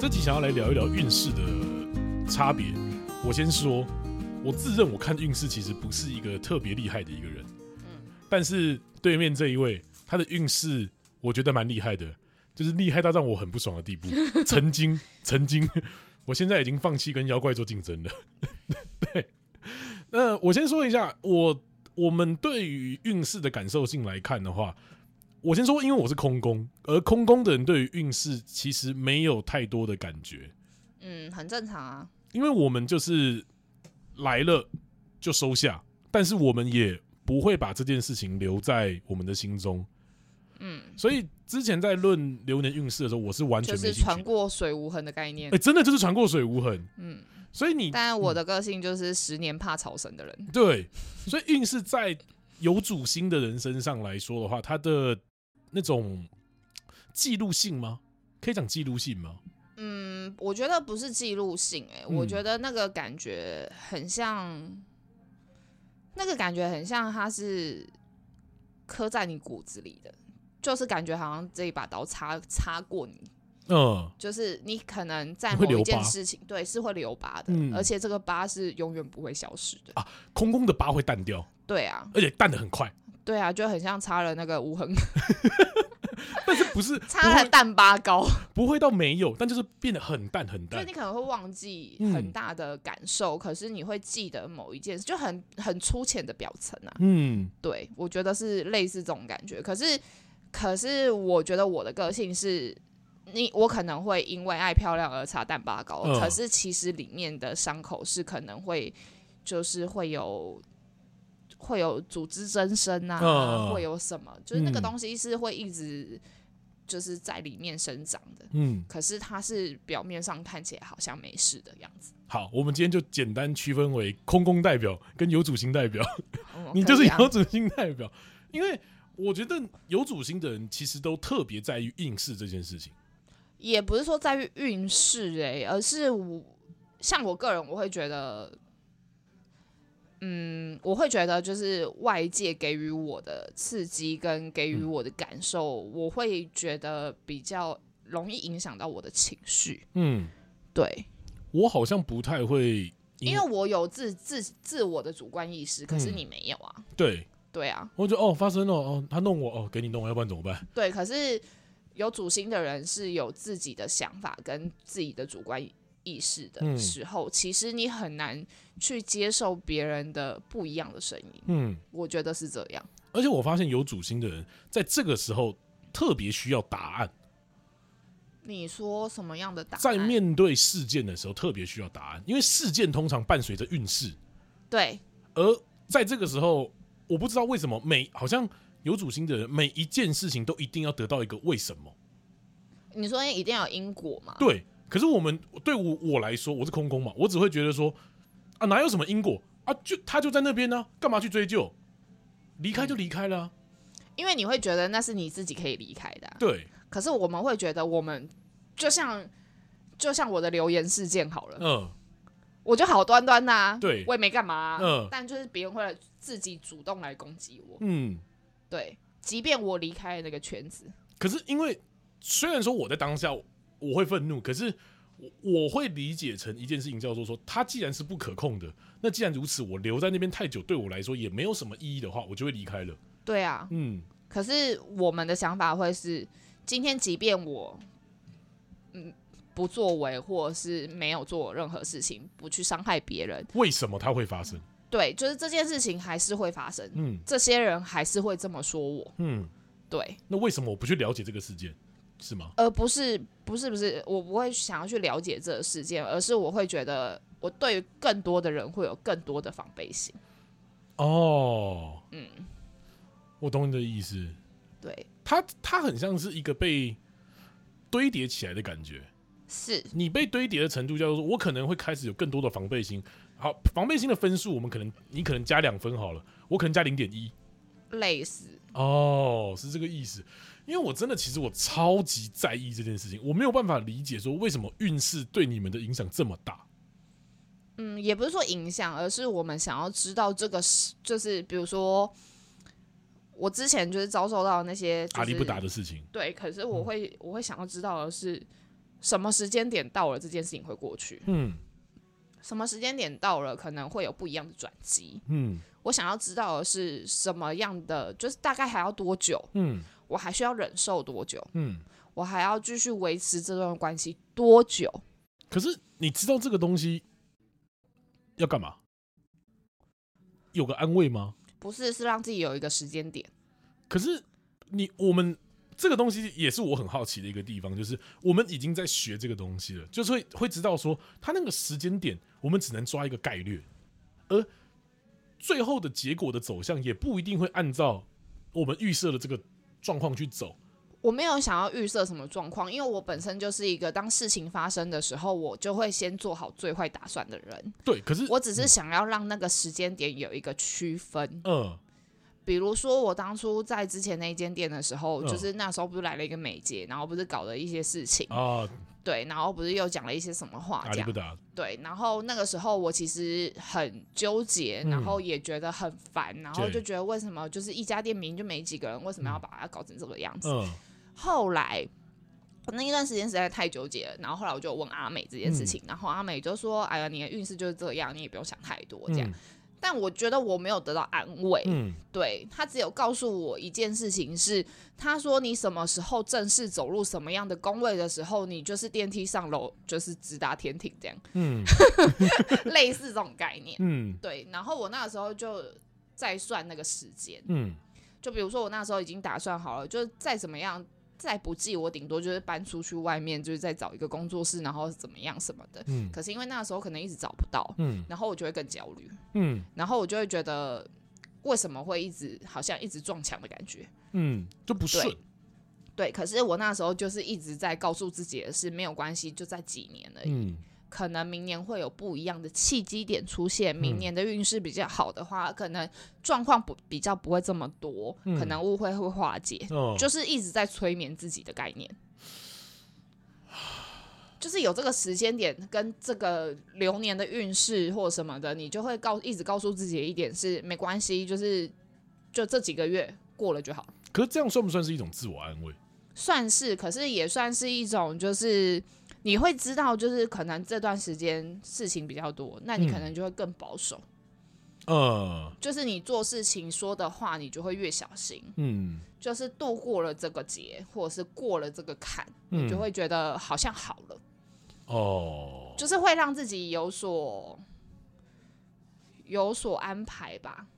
这集想要来聊一聊运势的差别。我先说，我自认我看运势其实不是一个特别厉害的一个人，但是对面这一位，他的运势我觉得蛮厉害的，就是厉害到让我很不爽的地步。曾经，曾经，我现在已经放弃跟妖怪做竞争了。 对，那我先说一下，我我们对于运势的感受性来看的话，我先说，因为我是空宫，而空宫的人对于运势其实没有太多的感觉，嗯，很正常啊。因为我们就是来了就收下，但是我们也不会把这件事情留在我们的心中。嗯，所以之前在论流年运势的时候，我是完全就没是兴趣船的。过水无痕的概念哎、。真的就是船过水无痕，嗯， 所以你但我的个性就是十年怕草绳的人。对，所以运势在有主心的人身上来说的话，它的那种记录性吗？可以讲记录性吗？嗯，我觉得不是记录性、欸，哎、嗯我觉得那个感觉很像，那个感觉很像它是刻在你骨子里的，就是感觉好像这一把刀插插过你，嗯，就是你可能在会某留一件疤事情，对，是会留疤的，嗯而且这个疤是永远不会消失的。空宫的疤会淡掉，对啊，而且淡的很快，对啊，就很像擦了那个无痕， 但是不是擦了淡疤膏，不会不会到没有，但就是变得很淡很就是淡你。可能会忘记嗯很大的感受，可是你会记得某一件事，就很很粗浅的表层啊。嗯对，我觉得是类似这种感觉。可是，可是我觉得我的个性是，你我可能会因为爱漂亮而擦淡疤膏，嗯可是其实里面的伤口是可能会，就是会有。会有组织增生啊，嗯会有什么？就是那个嗯东西是会一直就是在里面生长的，嗯，可是它是表面上看起来好像没事的样子。好，我们今天就简单区分为空宫代表跟有主星代表，嗯你就是可以啊有主星代表，因为我觉得有主星的人其实都特别在于应试这件事情。也不是说在于运势哎，而是我像我个人，我会觉得，嗯，我会觉得就是外界给予我的刺激跟给予我的感受，我会觉得比较容易影响到我的情绪。嗯，对，我好像不太会因，因为我有自自自我的主观意识，可是嗯你没有啊。对，对啊，我就哦发生了哦，他弄我哦，给你弄，要不然怎么办？对，可是有主心的人是有自己的想法跟自己的主观意识的嗯时候，其实你很难去接受别人的不一样的声音。嗯，我觉得是这样，而且我发现有主星的人在这个时候特别需要答案，你说什么样的答案？在面对事件的时候特别需要答案，因为事件通常伴随着运势，对，而在这个时候，我不知道为什么每好像有主星的人每一件事情都一定要得到一个为什么，你说一定要有因果嘛？对。可是我们对我我来说，我是空空嘛，我只会觉得说啊，哪有什么因果啊，就他就在那边呢、干嘛去追究？离开就离开了啊、因为你会觉得那是你自己可以离开的啊、对，可是我们会觉得我们就像。就像我的留言事件好了，嗯我就好端端呐、对我也没干嘛啊、嗯但就是别人会来自己主动来攻击我，嗯。对，即便我离开了那个圈子，可是因为虽然说我在当下我会愤怒，可是我我会理解成一件事情叫做说，它既然是不可控的，那既然如此，我留在那边太久对我来说也没有什么意义的话，我就会离开了。对啊。嗯，可是我们的想法会是，今天即便我，嗯，不作为或者是没有做任何事情，不去伤害别人，为什么它会发生？对，就是这件事情还是会发生，嗯这些人还是会这么说我，嗯，对，那为什么我不去了解这个事件？嗯是吗？而不是不是不是，我不会想要去了解这个事件，而是我会觉得我对于更多的人会有更多的防备心，哦，嗯，我懂你的意思。对，它它很像是一个被堆叠起来的感觉。是，你被堆叠的程度叫做说，我可能会开始有更多的防备心。好，防备心的分数，我们可能你可能加两分好了，我可能加零点一。类似，哦，是这个意思。因为我真的其实我超级在意这件事情，我没有办法理解说为什么运势对你们的影响这么大。嗯，也不是说影响，而是我们想要知道这个是，就是比如说，我之前就是遭受到那些、就是、阿里不达的事情，对，可是我会、我会想要知道的是，什么时间点到了，这件事情会过去；嗯什么时间点到了，可能会有不一样的转机。嗯我想要知道的是什么样的，就是大概还要多久，嗯我还需要忍受多久，嗯。我还要继续维持这段关系多久？可是你知道这个东西要干嘛？有个安慰吗？不是，是让自己有一个时间点。可是你我们这个东西也是我很好奇的一个地方，就是我们已经在学这个东西了，就是会会知道说它那个时间点，我们只能抓一个概率，而最后的结果的走向也不一定会按照我们预设的这个状况去走。我没有想要预设什么状况，因为我本身就是一个当事情发生的时候，我就会先做好最坏打算的人。对，可是我只是想要让那个时间点有一个区分。嗯比如说，我当初在之前那一间店的时候，嗯就是那时候不是来了一个美姐，然后不是搞了一些事情，啊，对，然后不是又讲了一些什么话阿这里样不，达，对，然后那个时候我其实很纠结，嗯然后也觉得很烦，然后对就觉得为什么就是一家店名就没几个人，为什么要把它搞成这个样子？嗯后来那一段时间实在太纠结了，然后后来我就问阿美这件事情，嗯然后阿美就说：“哎呀，你的运势就是这样，你也不用想太多。”这样，嗯但我觉得我没有得到安慰，嗯对他只有告诉我一件事情是，他说你什么时候正式走入什么样的工位的时候，你就是电梯上楼就是直达天庭这样， 嗯类似这种概念。嗯对，然后我那个时候就再算那个时间，嗯就比如说我那时候已经打算好了，就是再怎么样，再不济我顶多就是搬出去外面，就是再找一个工作室，然后怎么样什么的。嗯可是因为那时候可能一直找不到，嗯然后我就会更焦虑，嗯然后我就会觉得为什么会一直好像一直撞墙的感觉。嗯，就不顺对。对，可是我那时候就是一直在告诉自己的是没有关系，就在几年而已。嗯可能明年会有不一样的契机点出现。嗯明年的运势比较好的话，可能状况不比较不会这么多，嗯可能误会会化解，哦，就是一直在催眠自己的概念。就是有这个时间点跟这个流年的运势或什么的，你就会告一直告诉自己的一点是没关系，就是就这几个月过了就好了。可是这样算不算是一种自我安慰？算是，可是也算是一种，就是你会知道，就是可能这段时间事情比较多，那你可能就会更保守，呃，就是你做事情说的话，你就会越小心，嗯就是度过了这个节，或者是过了这个坎，嗯，你就会觉得好像好了，哦，就是会让自己有所有所安排吧。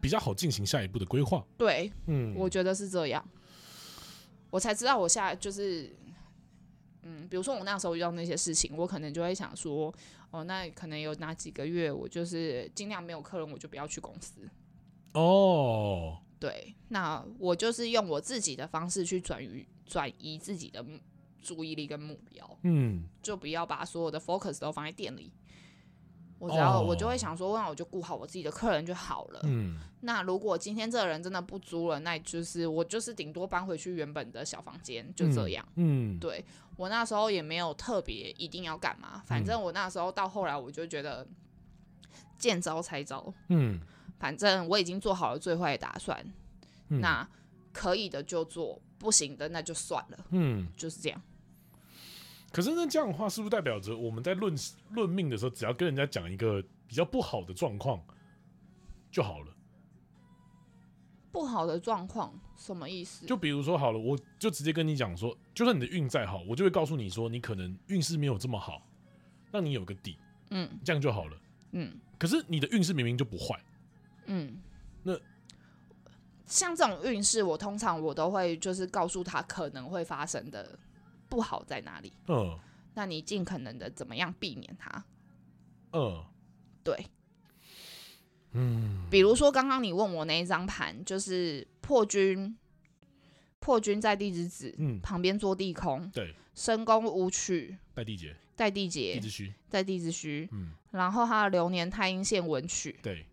比较好进行下一步的规划。对，嗯，我觉得是这样，我才知道我现在就是，嗯，比如说我那时候遇到那些事情，我可能就会想说，哦，那可能有哪几个月我就是尽量没有客人，我就不要去公司。哦，对，那我就是用我自己的方式去转移转移自己的目注意力跟目标，嗯就不要把所有的 focus 都放在店里。我只要、我就哦会想说，那我就顾好我自己的客人就好了。嗯那如果今天这个人真的不租了，那就是我就是顶多搬回去原本的小房间，就这样。，嗯，对我那时候也没有特别一定要干嘛，嗯反正我那时候到后来我就觉得见招拆招，嗯反正我已经做好了最坏的打算，嗯那可以的就做，不行的那就算了，嗯。就是这样。可是那这样的话，是不是代表着我们在论论命的时候，只要跟人家讲一个比较不好的状况就好了？不好的状况什么意思？就比如说好了，我就直接跟你讲说，就算你的运再好，我就会告诉你说，你可能运势没有这么好，让你有个底，嗯这样就好了。嗯可是你的运势明明就不坏，嗯。那像这种运势，我通常我都会就是告诉他可能会发生的不好在哪里，嗯那你尽可能的怎么样避免它？嗯，对，嗯比如说刚刚你问我那一张盘，就是破军，破军在地之子嗯，旁边坐地空，对，申宫武曲戴地劫、在地地劫之虚，在地之虚，嗯，然后他的流年太阴线文曲，对，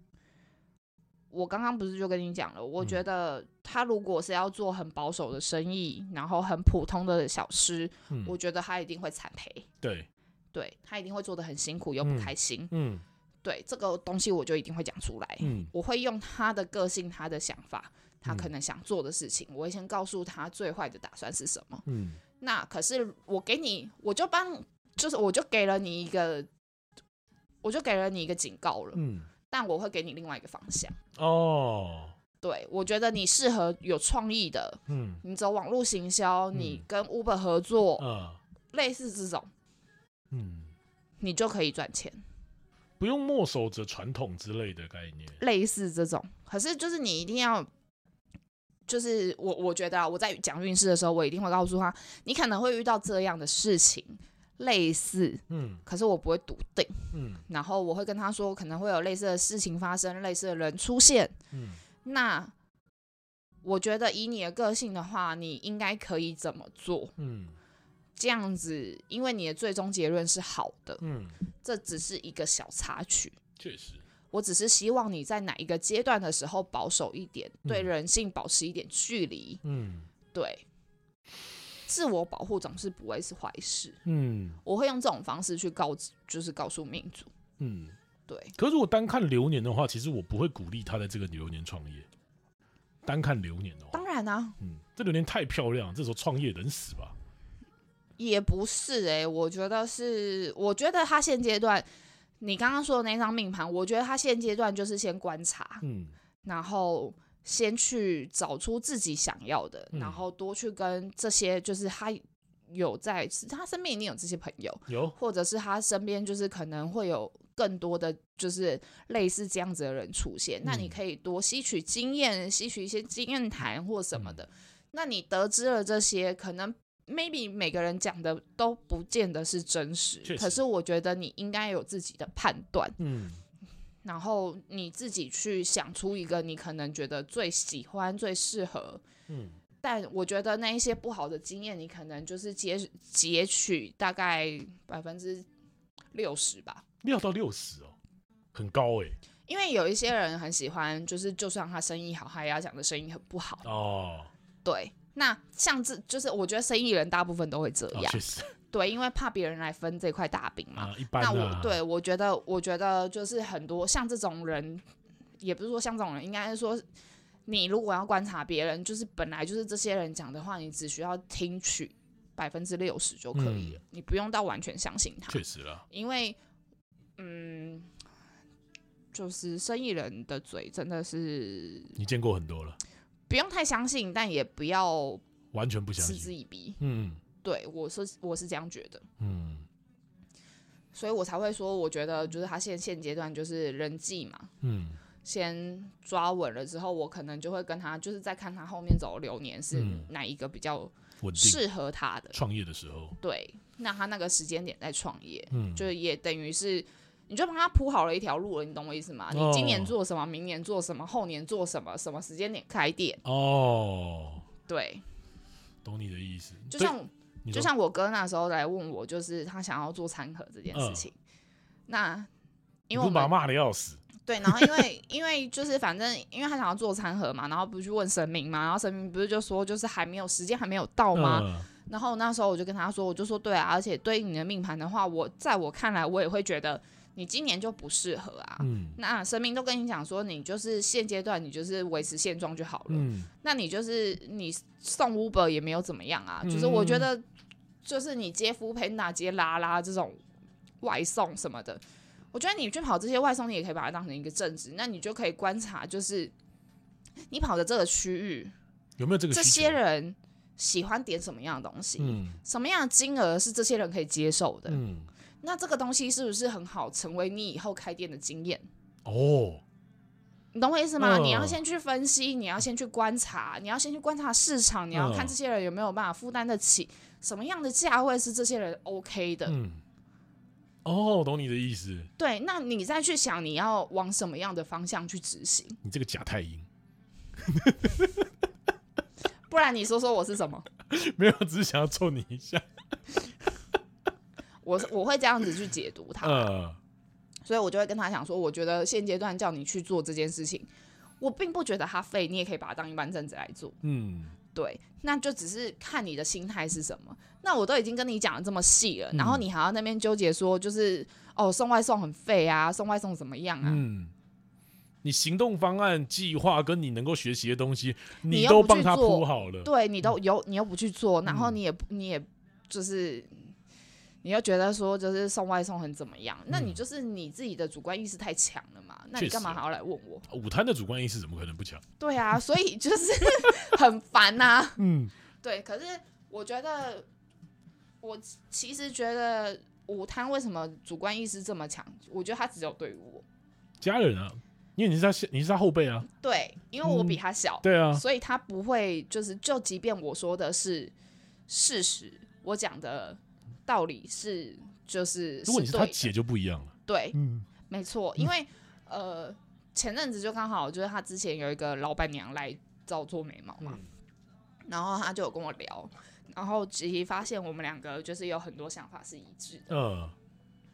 我刚刚不是就跟你讲了，我嗯觉得他如果是要做很保守的生意，然后很普通的小吃，嗯，我觉得他一定会惨赔，对，对他一定会做的很辛苦又不嗯开心，嗯对这个东西我就一定会讲出来，嗯我会用他的个性、他的想法、他嗯可能想做的事情，我会先告诉他最坏的打算是什么。嗯那可是我给你，我就帮，就是我就给了你一个，我就给了你一个警告了，嗯，但我会给你另外一个方向。哦，对我觉得你适合有创意的，嗯，你走网络行销，嗯你跟 Uber 合作，啊，类似这种，嗯，你就可以赚钱。不用墨守着传统之类的概念。类似这种。可是就是你一定要，就是我我觉得、啊、我在讲运势的时候，我一定会告诉他，你可能会遇到这样的事情，类似。嗯可是我不会笃定，嗯然后我会跟他说，可能会有类似的事情发生，类似的人出现。嗯那我觉得以你的个性的话，你应该可以怎么做？嗯这样子，因为你的最终结论是好的，嗯，这只是一个小插曲。确实，我只是希望你在哪一个阶段的时候保守一点，嗯对人性保持一点距离，嗯对，自我保护总是不会是坏事。嗯我会用这种方式去告知，就是告诉命主，嗯。对，可是如果单看流年的话，其实我不会鼓励他在这个流年创业。单看流年的话，当然啊，嗯，这流年太漂亮了，这时候创业人死吧。也不是诶、我觉得是，我觉得他现阶段，你刚刚说的那张命盘，我觉得他现阶段就是先观察，嗯然后先去找出自己想要的，嗯然后多去跟这些就是他有在他身边一定有这些朋友，有，或者是他身边就是可能会有更多的就是类似这样子的人出现，那你嗯可以多吸取经验，吸取一些经验谈或什嗯么的。那你得知了这些，可能 maybe 每个人讲的都不见得是真实确，可实是我觉得你应该有自己的判断，嗯然后你自己去想出一个你可能觉得最喜欢、最适合。嗯但我觉得那一些不好的经验，你可能就是截截取大概百分之六十吧，六到六十哦，很高哎、因为有一些人很喜欢，就是就算他生意好，他也要讲的生意很不好。哦，对，那像这就是我觉得生意人大部分都会这哦样，确实对，因为怕别人来分这块大饼嘛。啊，一般那啊我，对我觉得，我觉得就是很多像这种人，也不是说像这种人，应该是说，你如果要观察别人，就是本来就是这些人讲的话，你只需要听取百分之六十就可以了，嗯你不用到完全相信他，确实啦，因为，嗯，就是生意人的嘴真的是你见过很多了，不用太相信，但也不要完全不相嗤之信。以鼻。嗯对我是我是这样觉得。嗯所以我才会说，我觉得就是他现现阶段就是人际嘛，嗯先抓稳了之后，我可能就会跟他，就是再看他后面走的流年是嗯哪一个比较稳定适合他的。创业的时候，对，那他那个时间点在创业，嗯，就也等于是你就帮他铺好了一条路了，你懂我意思吗？你今年哦做什么，明年做什么，后年做什么，什么时间点开店？哦，对，懂你的意思。就对像你就说像我哥那时候来问我，就是他想要做餐盒这件事嗯情，那你因为我不把们他骂的要死，对，然后因为因为就是反正因为他想要做餐盒嘛，然后不是去问神明嘛，然后神明不是就说就是还没有时间还没有到吗？嗯然后那时候我就跟他说，我就说对啊，而且对应你的命盘的话，我在我看来我也会觉得你今年就不适合啊。嗯那神明都跟你讲说，你就是现阶段你就是维持现状就好了，嗯那你就是你送 Uber 也没有怎么样啊，嗯就是我觉得就是你接福陪哪接拉拉这种外送什么的，我觉得你去跑这些外送，你也可以把它当成一个正职，那你就可以观察，就是你跑的这个区域，有没有这个这需些求？人喜欢点什么样的东西，嗯什么样的金额是这些人可以接受的，嗯，那这个东西是不是很好成为你以后开店的经验？哦，你懂我意思吗？嗯你要先去分析，你要先去观察，你要先去观察市场，你要嗯看这些人有没有办法负担得起，什么样的价位是这些人 OK 的。嗯，哦，懂你的意思。对，那你再去想你要往什么样的方向去执行，你这个假太阴， 不然你说说我是什么？没有，只是想要揍你一下。我是我会这样子去解读它，呃，所以我就会跟他讲说，我觉得现阶段叫你去做这件事情，我并不觉得它废，你也可以把它当一般正职来做。嗯对，那就只是看你的心态是什么。那我都已经跟你讲的这么细了，然后嗯你还要那边纠结说，就是哦，送外送很废啊，送外送怎么样啊？嗯，你行动方案、计划跟你能够学习的东西，你你又都不帮去他做铺好了。对你都有你又不去做，然后嗯你也不你也就是你又觉得说就是送外送很怎么样，那你嗯就是你自己的主观意识太强了嘛，那确你干实嘛啊还要来问我？午餐的主观意识怎么可能不强？对啊，所以就是 很烦呐、嗯，对，可是我觉得，我其实觉得午餐为什么主观意识这么强？我觉得他只有对我，家人啊，因为你是他先，你是他后辈啊，对，因为我比他小，对啊，所以他不会就是，就即便我说的是事实，我讲的道理是就是如果你是是他对姐的，就不一样了。对，嗯，没错，因为呃前阵子就刚好就是他之前有一个老板娘来找我做眉毛嘛，然后他就有跟我聊，然后其实发现我们两个就是有很多想法是一致的。呃，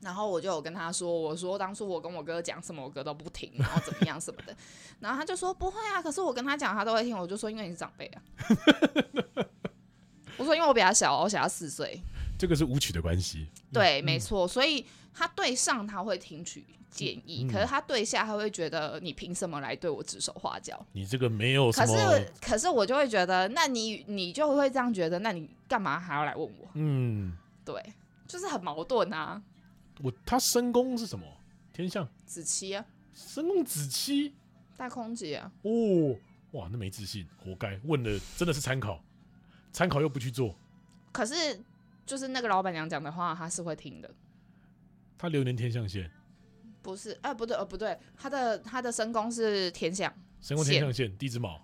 然后我就有跟他说，我说当初我跟我哥讲什么，我哥都不听，然后怎么样什么的， 然后他就说不会啊，可是我跟他讲他都会听，我就说因为你是长辈啊， 我说因为我比他小，我小他四岁，这个是舞曲的关系。对，没错，所以他对上他会听取建议，嗯可是他对下他会觉得你凭什么来对我指手画脚？你这个没有什可是么，可是我就会觉得，那你你就会这样觉得，那你干嘛还要来问我？嗯，对，就是很矛盾啊，我他申公是什么？天象子期啊，申公子期大空姐啊，哦，哇，那没自信，活该。问了真的是参考，参考又不去做，可是就是那个老板娘讲的话，她是会听的，他流年天象线，不是？啊，不对，呃，不对，她的她的身宫是天象，申公天象线，地支卯，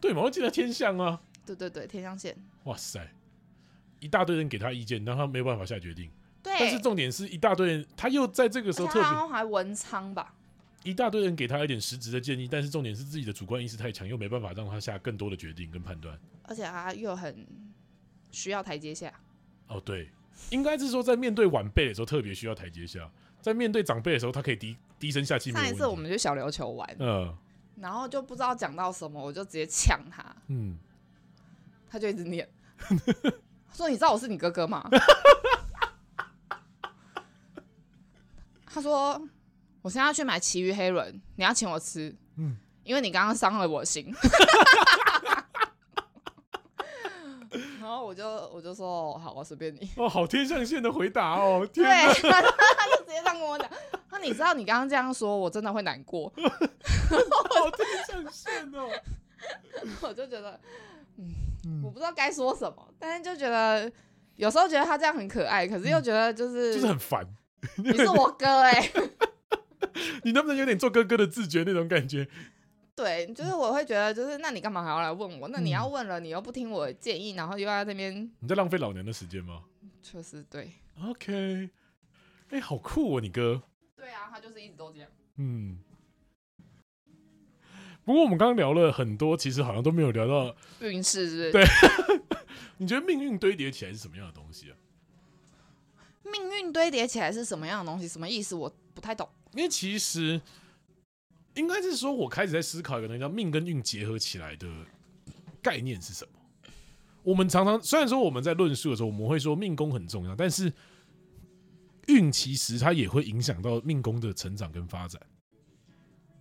对嘛？我记得天象啊，对对对，天象线，哇塞，一大堆人给他意见，让他没有办法下决定。对，但是重点是一大堆人，他又在这个时候特然后别还文昌吧，一大堆人给他一点实质的建议，但是重点是自己的主观意识太强，又没办法让他下更多的决定跟判断。而且她又很需要台阶下，哦，对，应该是说在面对晚辈的时候特别需要台阶下，在面对长辈的时候，他可以低低声下气。没有上一问次我题们去小琉球玩，呃然后就不知道讲到什么，我就直接呛他，嗯，他就一直 念，他说你知道我是你哥哥吗？ 他说我现在要去买奇鱼黑人，你要请我吃，嗯因为你刚刚伤了我的心。 然后我就我就说哦好，我随便你。 哦，好天象线的回答哦，对，天哪，他就直接这样跟我讲。他说你知道你刚刚这样说，我真的会难过。 好天象线哦，我就觉得，嗯，我不知道该说什么，但是就觉得有时候觉得他这样很可爱，可是又觉得嗯就是、就是很烦。你是我哥哎、你能不能有点做哥哥的自觉那种感觉？对，就是我会觉得就是那你干嘛还要来问我？那你嗯要问了，你又不听我的建议，然后又要在那边你在浪费老娘的时间吗就是对， ？OK，哎、好酷哦，你哥。对啊，他就是一直都这样。嗯，不过我们刚刚聊了很多，其实好像都没有聊到，运势是不是？对你觉得命运堆叠起来是什么样的东西啊？命运堆叠起来是什么样的东西？什么意思？我不太懂。因为其实应该是说，我开始在思考一个东西，叫命跟运结合起来的概念是什么。我们常常虽然说我们在论述的时候，我们会说命宫很重要，但是运其实它也会影响到命宫的成长跟发展。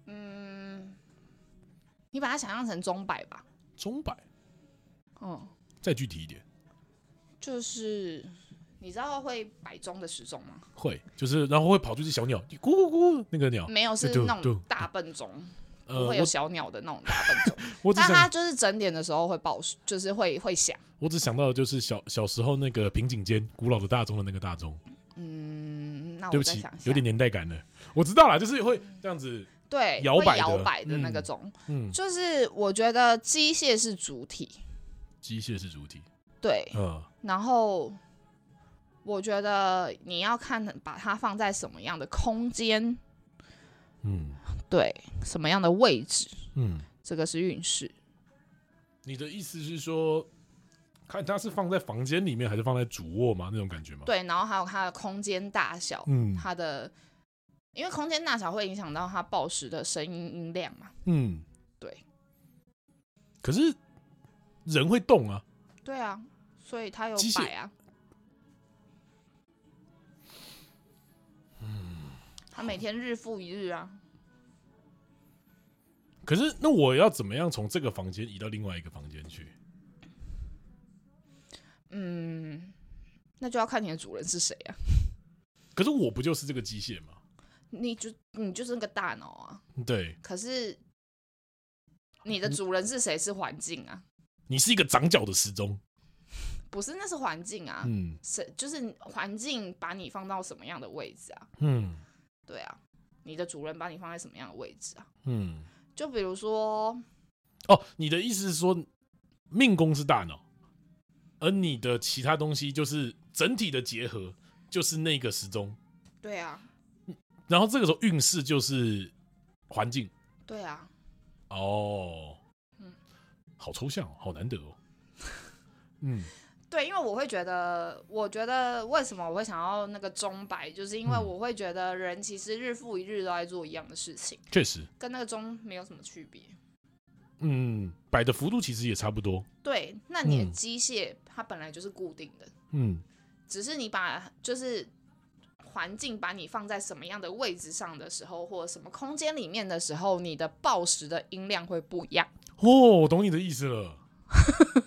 嗯，你把它想象成钟摆吧。钟摆嗯，再具体一点，就是你知道会摆钟的时钟吗？会就是然后会跑出去小鸟，咕咕咕那个鸟。没有，是对那对种大笨钟，呃，不会有小鸟的那种大笨钟。我我只但想它就是整点的时候会报，就是会会响。我只想到的就是小小时候那个瓶颈间古老的大钟的那个大钟，嗯，那对我不再起想一，下嗯有点年代感了。我知道啦，就是会这样子，对摇会摆的摇摆的那个嗯钟，嗯，就是我觉得机械是主体，机械式主体，对，嗯，然后我觉得你要看把它放在什么样的空间，嗯对，什么样的位置，嗯，这个是运势。你的意思是说，看它是放在房间里面还是放在主卧吗？那种感觉吗？，对，然后还有它的空间大小，嗯它的因为空间大小会影响到它报时的声音音量嘛。嗯，对。可是人会动啊，对啊，所以它有机械摆啊。嗯，他每天日复一日啊。可是那我要怎么样从这个房间移到另外一个房间去？嗯，那就要看你的主人是谁啊，可是我不就是这个机械吗？你就你就是那个大脑啊，对可是你的主人是谁是环境啊，你是一个长脚的时钟，不是那是环境啊，嗯是就是环境把你放到什么样的位置啊，嗯对啊，你的主人把你放在什么样的位置啊？嗯。就比如说，哦，你的意思是说，命宫是大脑，而你的其他东西就是整体的结合，就是那个时钟。对啊，然后这个时候运势就是环境对啊，哦，嗯好抽象、哦，好难得哦。嗯对，因为我会觉得，我觉得为什么我会想要那个钟摆，就是因为嗯我会觉得人其实日复一日都在做一样的事情，确实，跟那个钟没有什么区别。嗯，摆的幅度其实也差不多。对，那你的嗯机械它本来就是固定的，嗯只是你把就是环境把你放在什么样的位置上的时候，或者什么空间里面的时候，你的报时的音量会不一样。哦，我懂你的意思 了。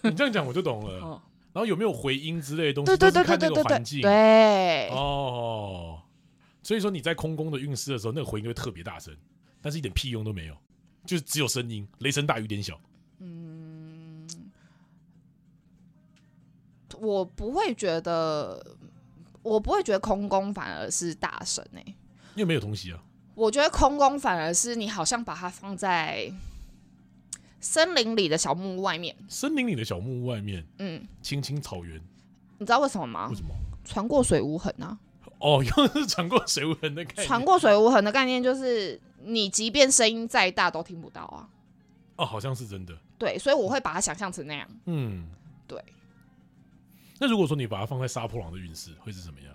你这样讲我就懂了。哦，然后有没有回音之类的东西，对对都对嗯是看对对那对个对环境。对，哦，所以说你在空宫的运势的时候，那个回音会特别大声，但是一点屁用都没有，就是只有声音，雷声大雨点小。嗯，我不会觉得，我不会觉得空宫反而是大神欸诶、因为没有东西啊。我觉得空宫反而是你好像把它放在森林里的小木屋外面。森林里的小木屋外面，嗯，青青草原，你知道为什么吗为？什么？船过水无痕啊，哦，又是传过水文的概船念。过水无痕的概念就是你即便声音再大都听不到啊。哦，好像是真的。对，所以我会把它想象成那样。嗯，对。那如果说你把它放在杀破狼的运势，会是怎么样？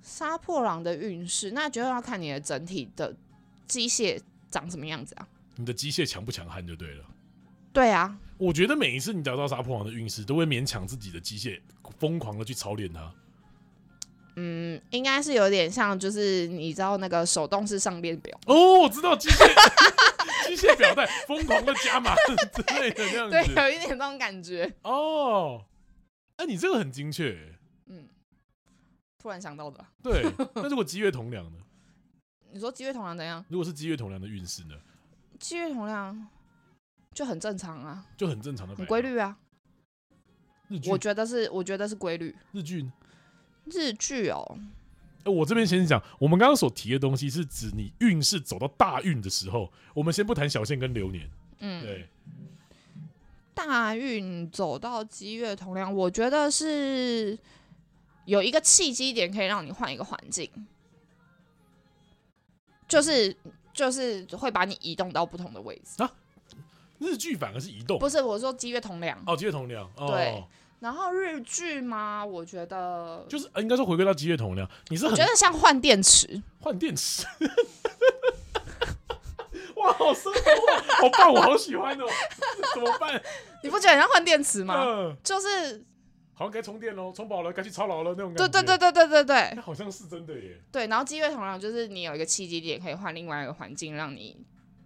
杀破狼的运势，那就要看你的整体的机械长什么样子啊。你的机械强不强悍就对了。对啊，我觉得每一次你找到杀破狼的运势，都会勉强自己的机械疯狂的去操练它。嗯，应该是有点像，就是你知道那个手动式上链表，哦，我知道机械 机械表带疯狂的加码之类的那样对，啊子。有一点那种感觉。哦，哎、你这个很精确。嗯，突然想到的。对，那如果积月同梁呢？你说积月同梁怎样？如果是积月同梁的运势呢，积月同梁就很正常啊，就很正常的。很规。律啊。日剧我，觉得是，我觉得是规律。日剧呢。日剧哦，哎我这边先讲，我们刚刚所提的东西是指你运势走到大运的时候，我们先不谈小限跟流年。嗯，对，大运走到积月同梁，我觉得是有一个契机点可以让你换一个环境，就是就是会把你移动到不同的位置。日剧反而是移动。不是，我说积月同梁。哦，积月同梁。哦、对，然后日剧嘛，我觉得，就是呃应该说回归到积月同梁，你是我很觉得像换电池，换电池。 哇，好生活化，好棒，我好喜欢哦！ 怎么办？你不觉得很像换电池吗？嗯，就是，好像该充电喽，充饱了该去操劳了那种感对觉。对对，对对对对那好像是真的耶。对。然后积月同梁就是你有一个契机点，可以换另外一个环境，让你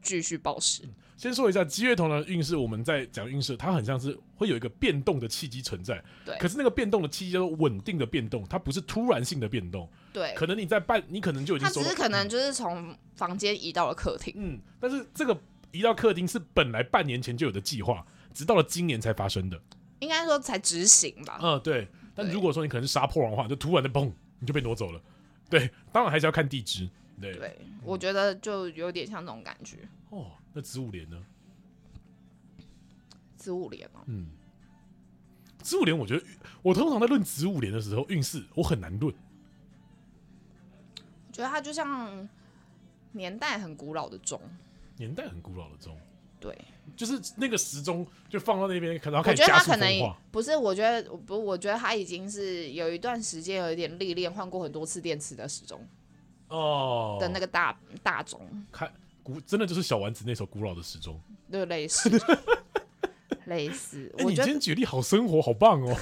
继续暴食。先说一下积月同梁的运势，我们在讲运势，它很像是会有一个变动的契机存在。对可是那个变动的契机叫做稳定的变动，它不是突然性的变动。对，可能你在办，你可能就已经他收只到是可能就是从房间移到了客厅。嗯，但是这个移到客厅是本来半年前就有的计划，直到了今年才发生的。应该说才执行吧。嗯，对。但对如果说你可能是杀破狼的话，就突然的砰，你就被挪走了。对，当然还是要看地支。对，对，我觉得就有点像那种感觉。哦，那子午连呢？子午连哦，嗯，子午连，我觉得我通常在论子午连的时候，运势我很难论。我觉得它就像年代很古老的钟。年代很古老的钟，对，就是那个时钟就放到那边，然后我开始觉得加他速可能风化。不是，我觉得不，我觉得他已经是有一段时间有一点历练，换过很多次电池的时钟哦，的那个大、大钟，古真的就是小丸子那首古老的时钟。对，类似类似，哎，我你觉今天得举例好生活，好棒 哦，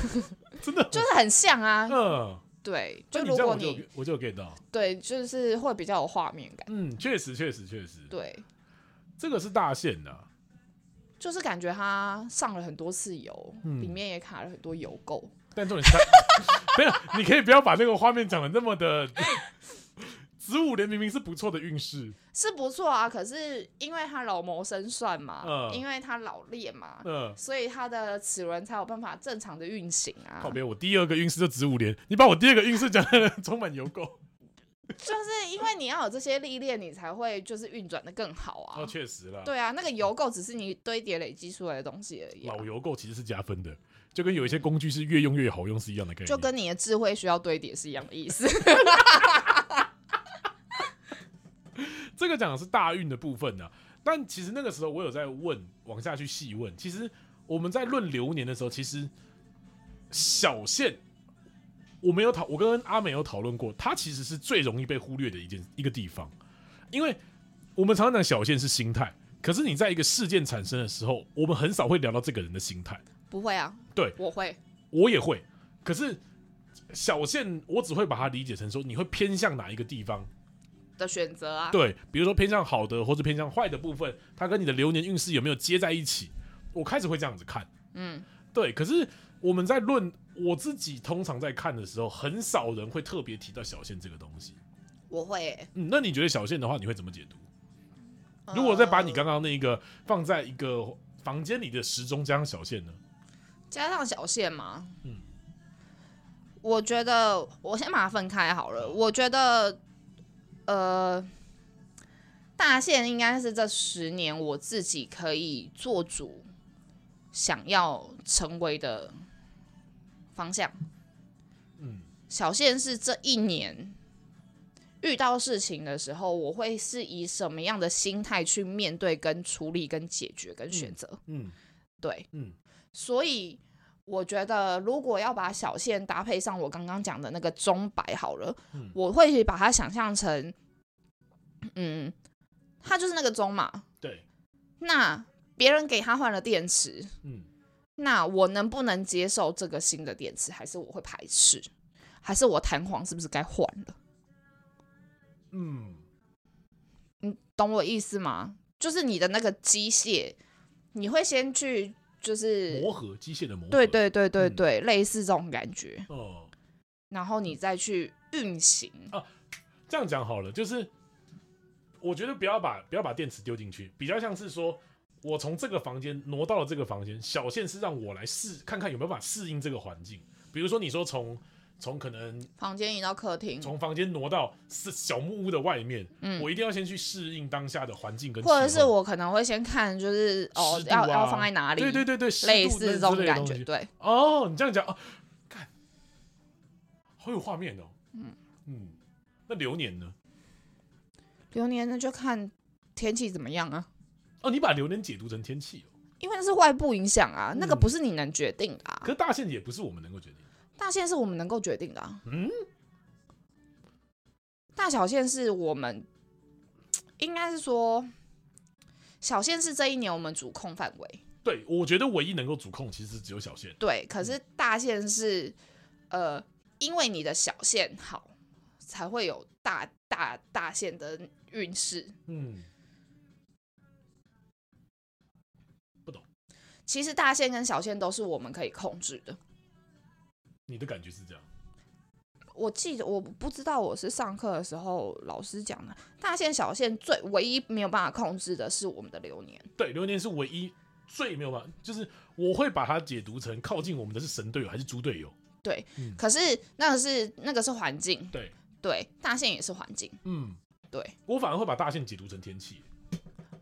真的。就是很像啊，嗯，对，那就你如这样果我就你有我就有 get 到。对，就是会比较有画面感，嗯，确实确实确实。对，这个是大限呐、就是感觉他上了很多次油，嗯里面也卡了很多油垢。但重点是他， 没有，你可以不要把这个画面讲的那么的。子午连明明是不错的运势，是不错啊，可是因为他老谋深算嘛，嗯因为他老练嘛，嗯、所以他的齿轮才有办法正常的运行啊靠。边，我第二个运势就子午连，你把我第二个运势讲的充满油垢。就是因为你要有这些历练，你才会就是运转的更好啊哦，。确实啦，对啊，那个油垢只是你堆叠累积出来的东西而已、啊老，油垢其实是加分的，就跟有一些工具是越用越好用是一样的概念。就跟你的智慧需要堆叠是一样的 意思。这个讲的是大运的部分呢、但其实那个时候我有在问，往下去细问。其实我们在论流年的时候，其实小限我没有讨，我跟阿美有讨论过，它其实是最容易被忽略的一件一个地方，因为我们常常讲小限是心态，可是你在一个事件产生的时候，我们很少会聊到这个人的心态。不会啊，对我会，我也会，可是小限我只会把它理解成说，你会偏向哪一个地方，的选择啊。对，比如说偏向好的或者偏向坏的部分，它跟你的流年运势有没有接在一起？我开始会这样子看，嗯，对。可是我们在论我自己通常在看的时候，很少人会特别提到小线这个东西。我会欸、嗯，那你觉得小线的话，你会怎么解读？如果再把你呃刚刚那个放在一个房间里的时钟加上小线呢？加上小线嘛，嗯我觉得我先把它分开好了。我觉得，呃，大线应该是这十年我自己可以做主想要成为的方向。嗯，小线是这一年遇到事情的时候，我会是以什么样的心态去面对、跟处理、跟解决、跟选择。嗯对，嗯，所以我觉得，如果要把小线搭配上我刚刚讲的那个钟摆好了，嗯我会把它想象成，嗯，它就是那个钟嘛。对，那别人给他换了电池，嗯那我能不能接受这个新的电池？还是我会排斥？还是我弹簧是不是该换了？嗯，懂我意思吗？就是你的那个机械，你会先去，就是磨合机械的磨合，对对对对嗯对，类似这种感觉。哦。然后你再去运行。这样讲好了，就是我觉得不要把不要把电池丢进去，比较像是说我从这个房间挪到了这个房间，小线是让我来试看看有没有办法适应这个环境。比如说，你说从从可能房间移到客厅，从房间挪到是小木屋的外面，嗯我一定要先去适应当下的环境跟气候，或者是我可能会先看，就是哦，湿度啊要要放在哪里，对对对对，湿度类似这种之类的感东觉，西对，哦，你这样讲哦，看，好有画面哦，嗯嗯，那流年呢？流年那就看天气怎么样啊，哦，你把流年解读成天气哦，因为那是外部影响啊，那个嗯不是你能决定的、啊可，是大限也不是我们能够决定的。大限是我们能够决定的、啊，嗯，大小限是我们应该是说，小限是这一年我们主控范围，对，我觉得唯一能够主控其实只有小线。对，可是大线是呃，因为你的小线好，才会有大大大线的运势。嗯，其实大线跟小线都是我们可以控制的。你的感觉是这样。我记得我不知道我是上课的时候老师讲的，大线小线最唯一没有办法控制的是我们的流年。对，流年是唯一最没有办法，就是我会把它解读成靠近我们的是神队友还是猪队友。对，嗯可是那个是那个是环境，对，对，大线也是环境，嗯，对，我反而会把大线解读成天气，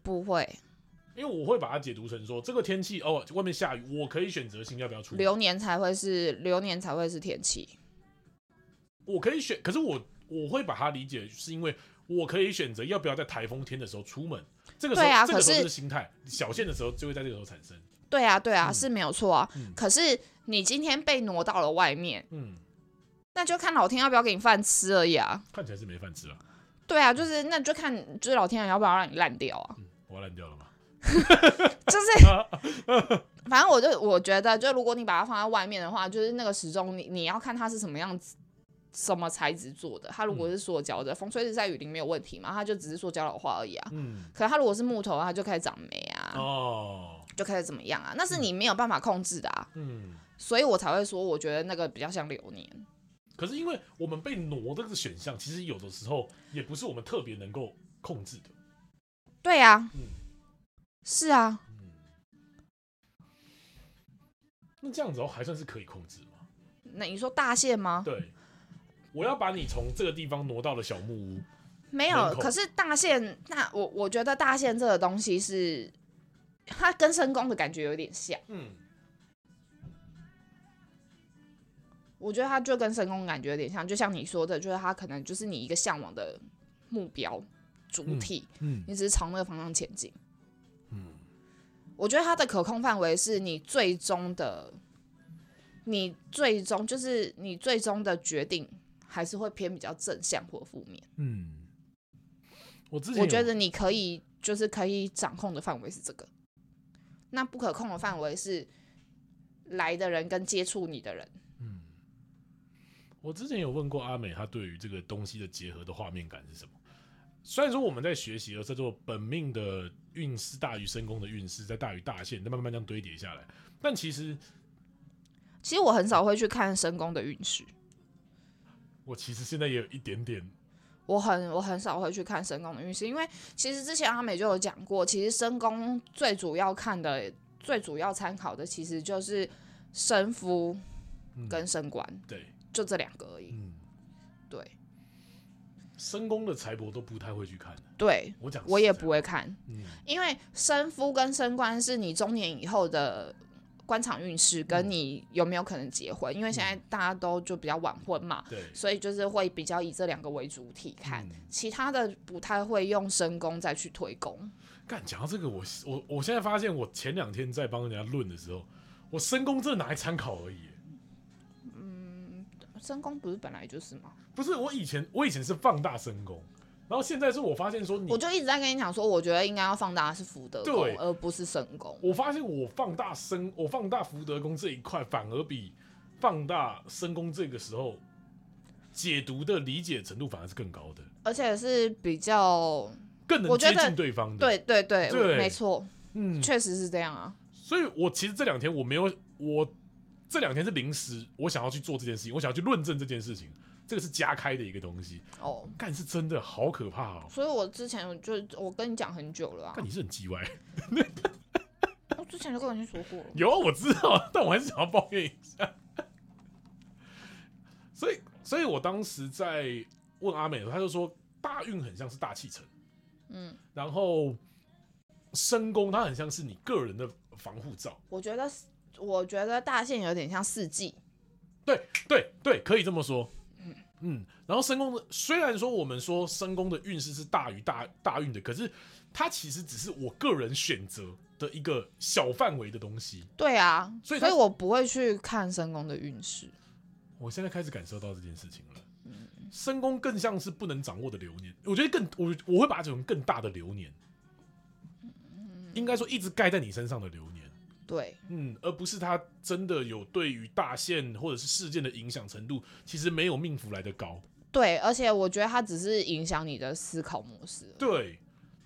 不会因为我会把它解读成说这个天气哦，外面下雨，我可以选择性要不要出门，流年才会是流年才会是天气，我可以选，可是我我会把它理解是因为。我可以选择要不要在台风天的时候出门，这个时候、对啊这个时候可是就是心态，小线的时候就会在这个时候产生。对啊，对啊，嗯是没有错啊。嗯可是你今天被挪到了外面，嗯，那就看老天要不要给你饭吃而已啊。看起来是没饭吃了。对啊，就是那就看就是老天要不要让你烂掉啊。嗯，我要烂掉了吗？就是， 反正我就我觉得，就如果你把它放在外面的话，就是那个时钟，你你要看它是什么样子什么材质做的，它如果是塑胶的，风吹日晒雨淋没有问题嘛，它就只是塑胶老化而已啊。嗯，可它如果是木头啊，它就开始长霉啊，哦，就开始怎么样啊？那是你没有办法控制的啊，嗯。所以我才会说，我觉得那个比较像流年。可是因为我们被挪这个选项，其实有的时候也不是我们特别能够控制的。对啊，嗯是啊，嗯，那这样子哦，还算是可以控制吗？那你说大限吗？对，我要把你从这个地方挪到了小木屋。没有人，口可是大限，那我我觉得大限这个东西是，它跟深宫的感觉有点像，嗯，我觉得它就跟深宫感觉有点像，就像你说的，就是它可能就是你一个向往的目标主体，嗯你只是朝那个方向前进。嗯我觉得它的可控范围是你最终的，你最终就是你最终的决定还是会偏比较正向或负面。嗯，我之前我觉有得你可以就是可以掌控的范围是这个，那不可控的范围是来的人跟接触你的人。我之前有问过阿美，她对于这个东西的结合的画面感是什么？虽然说我们在学习了叫做本命的运势大于身宫的运势，再大于大限，再慢慢这样堆叠下来，但其实其实我很少会去看深宫的运势，我其实现在也有一点点，我很我很少会去看深宫的运势，因为其实之前阿美就有讲过，其实深宫最主要看的、最主要参考的其实就是身夫嗯，跟升官，对，就这两个而已。嗯，对身宫的财帛都不太会去看的。对，我讲，我也不，会看，嗯因为生夫跟升官是你中年以后的官场运势，跟你有没有可能结婚，因为现在大家都就比较晚婚嘛，对，所以就是会比较以这两个为主体看，嗯其他的不太会用身宫再去推宫。干讲到这个，我我我现在发现，我前两天在帮人家论的时候，我身宫真的拿来参考而已耶。身宫不是本来就是吗？不是我以前，我以前是放大身宫，然后现在是我发现说你我就一直在跟你讲说，我觉得应该要放大的是福德宫嗯对，而不是身宫。我发现我放大生，我放大福德宫这一块，反而比放大深宫这个时候解读的理解程度反而是更高的，而且是比较，更能我接觉得近对方的。，对对对，嗯对没错，嗯，确实是这样啊。所以我其实这两天我没有，我这两天是临时，我想要去做这件事情，我想要去论证这件事情，这个是加开的一个东西，哦，干是真的好可怕哦。所以我之前我就我跟你讲很久了啊干，你是很叽歪，我之前就跟你说过了。有啊我知道， 但我还是想要抱怨一下。 所以，所以我当时在问阿美的时候，她就说大运很像是大气层，嗯，然后深宫它很像是你个人的防护罩。我觉得我觉得大限有点像四季，对对，可以这么说。嗯，然后深宫的虽然说我们说深宫的运势是大于大大运的，可是它其实只是我个人选择的一个小范围的东西。对啊，所所以以它我不会去看申宫的运势。我现在开始感受到这件事情了。深宫更像是不能掌握的流年，我觉得更我我会把它讲成更大的流年，应该说一直盖在你身上的流年，对，嗯，而不是它真的有对于大限或者是事件的影响程度，其实没有命符来的高。对，而且我觉得它只是影响你的思考模式而已。对，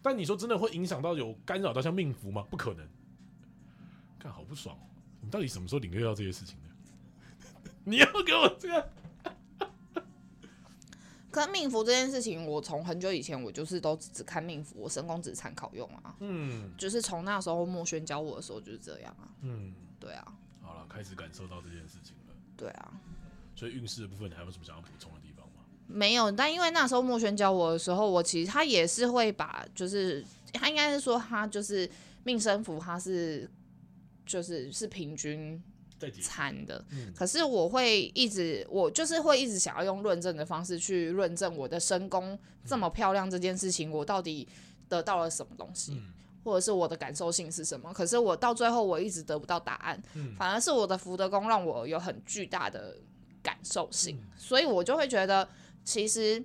但你说真的会影响到有干扰到像命符吗？不可能。看好不爽哦、你到底什么时候领略到这些事情的？ 你要给我这个可命符这件事情，我从很久以前我就是都只看命符，我申宫只参考用啊。嗯就是从那时候墨轩教我的时候就是这样啊。嗯，对啊，好了，开始感受到这件事情了。对啊，所以运势的部分，你还有什么想要补充的地方吗？没有。但因为那时候墨轩教我的时候，我其实他也是会把，就是他应该是说他就是命生符，他是就是是平均再解释。餐的。嗯可是我会一直，我就是会一直想要用论证的方式去论证我的身宫这么漂亮这件事情，我到底得到了什么东西，嗯或者是我的感受性是什么？可是我到最后我一直得不到答案，嗯反而是我的福德宫让我有很巨大的感受性，嗯所以我就会觉得其实。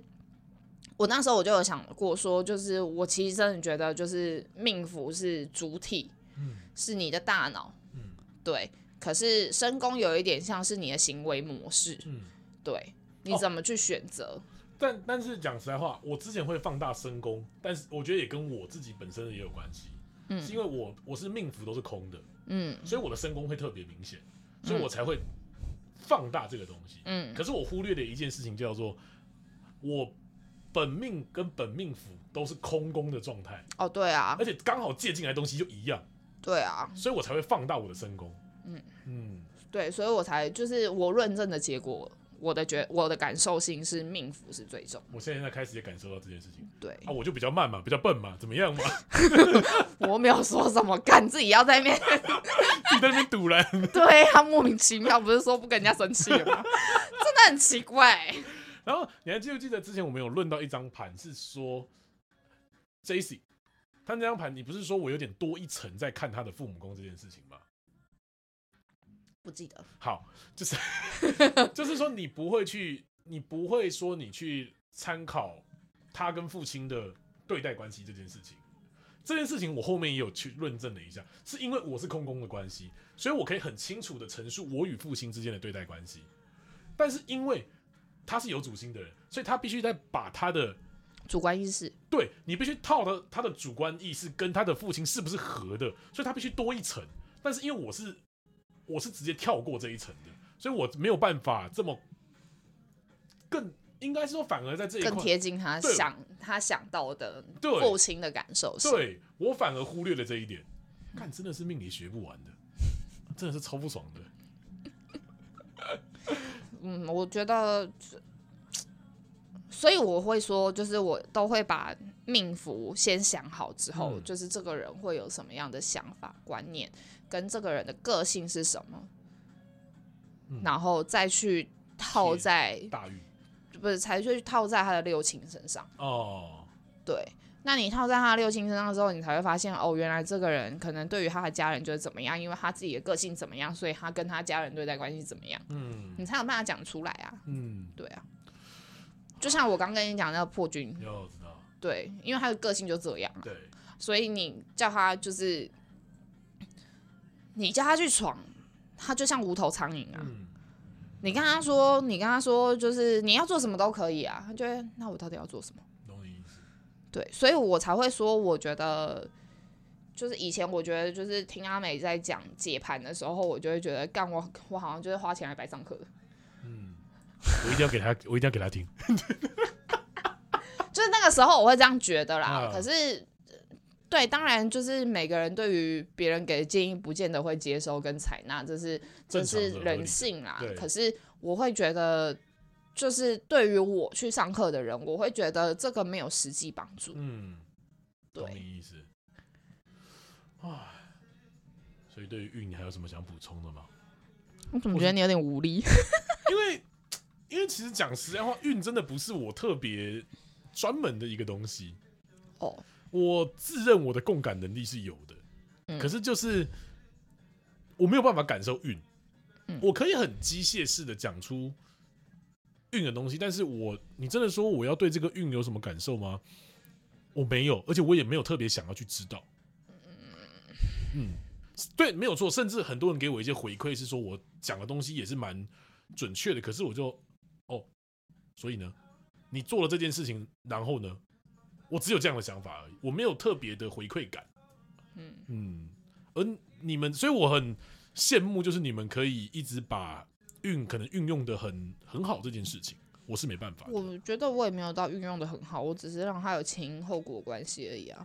我那时候我就有想过说，就是我其实真的觉得，就是命符是主体，嗯是你的大脑，嗯对。可是深宫有一点像是你的行为模式，嗯，对，你怎么去选择？但但是讲实在话，我之前会放大深宫，但是我觉得也跟我自己本身也有关系，嗯是因为我我是命符都是空的，嗯所以我的深宫会特别明显，所以嗯我才会放大这个东西。嗯可是我忽略的一件事情叫做，我本命跟本命符都是空宫的状态，哦，对啊而，且刚好借进来的东西就一样，对啊，所以我才会放大我的深宫。嗯嗯，对，所以我才就是我论证的结果，我的觉我的感受性是命符是最重，我现在开始也感受到这件事情对啊，我就比较慢嘛，比较笨嘛，怎么样嘛，我没有说什么，干自己要在那边， 自己在那边堵人。对啊，莫名其妙，不是说不跟人家生气了吗？真的很奇怪， 然后你还记不记得之前我们有论到一张盘是说 Jacy，他那张盘你不是说我有点多一层在看他的父母宫这件事情吗？不记得，好，就是就是说你不会去，你不会说你去参考他跟父亲的对待关系这件事情。这件事情我后面也有去论证了一下，是因为我是空宫的关系，所以我可以很清楚的陈述我与父亲之间的对待关系。但是因为他是有主心的人，所以他必须在把他的主观意识，对你必须套的他的主观意识跟他的父亲是不是合的，所以他必须多一层。但是因为我是我是直接跳过这一层的，所以我没有办法这么更应该是说反而在这一更块，贴近他对想他想到的对父亲的感受性，对我反而忽略了这一点。看，真的是命理学不完的，真的是超不爽的。嗯，我觉得，所以我会说，就是我都会把命符先想好之后，嗯就是这个人会有什么样的想法、观念，跟这个人的个性是什么，嗯然后再去套贴在大运不是才去套在他的六亲身上。哦，对，那你套在他的六亲身上之后，你才会发现哦，原来这个人可能对于他的家人就是怎么样，因为他自己的个性怎么样，所以他跟他家人对待关系怎么样，嗯你才有办法讲出来啊。嗯，对啊，就像我刚跟你讲那个破军，要知道，对，因为他的个性就这样啊，对，所以你叫他就是，你叫他去闯，他就像无头苍蝇啊。嗯，你跟他说，你跟他说，就是你要做什么都可以啊，他就会那我到底要做什么？懂你意思，对，所以我才会说，我觉得。就是以前我觉得，就是听阿美在讲解盘的时候，我就会觉得，干我我好像就是花钱来白上课的，嗯， 我一定要给他，我一定要给他听，就是那个时候我会这样觉得啦。嗯可是，呃对，当然就是每个人对于别人给的建议，不见得会接收跟采纳，这是这正常是的合理人的性啦对。可是我会觉得，就是对于我去上课的人，我会觉得这个没有实际帮助。嗯，对懂你意思。啊，所以对于运，你还有什么想补充的吗？我怎么觉得你有点无力？ 因为，因为其实讲实在话，运真的不是我特别专门的一个东西。哦，我自认我的共感能力是有的，嗯可是就是我没有办法感受运。嗯我可以很机械式的讲出运的东西，但是我你真的说我要对这个运有什么感受吗？我没有，而且我也没有特别想要去知道。嗯，对，没有错。甚至很多人给我一些回馈是说我讲的东西也是蛮准确的，可是我就哦，所以呢，你做了这件事情，然后呢，我只有这样的想法而已，我没有特别的回馈感。嗯嗯，而你们，所以我很羡慕，就是你们可以一直把运可能运用的很很好这件事情，我是没办法的。我我觉得我也没有到运用的很好，我只是让他有前因后果关系而已啊。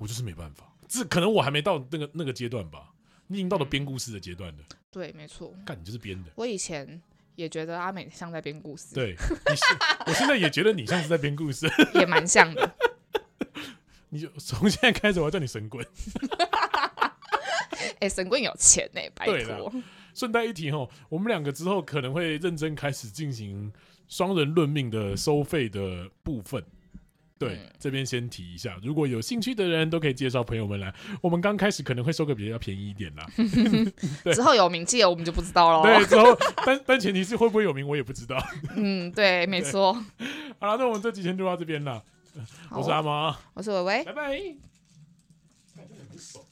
就是没办法，这可能我还没到那个那个阶段吧。你已经到了编故事的阶段了，对，没错，干你就是编的。我以前也觉得阿美像在编故事，对，你是我现在也觉得你像是在编故事， 也蛮像的。你就从现在开始我要叫你神棍。哎、神棍有钱呢、拜对啦托。顺带一提哦，我们两个之后可能会认真开始进行双人论命的收费的部分。对嗯，这边先提一下，如果有兴趣的人都可以介绍朋友们来。我们刚开始可能会收个比较便宜一点啦，对之后有名气了，我们就不知道喽。对，之后但但前提是会不会有名我也不知道。嗯，对，没错。好了，那我们这几天就到这边了。我是阿好毛，我是伟伟。拜拜。感觉很不爽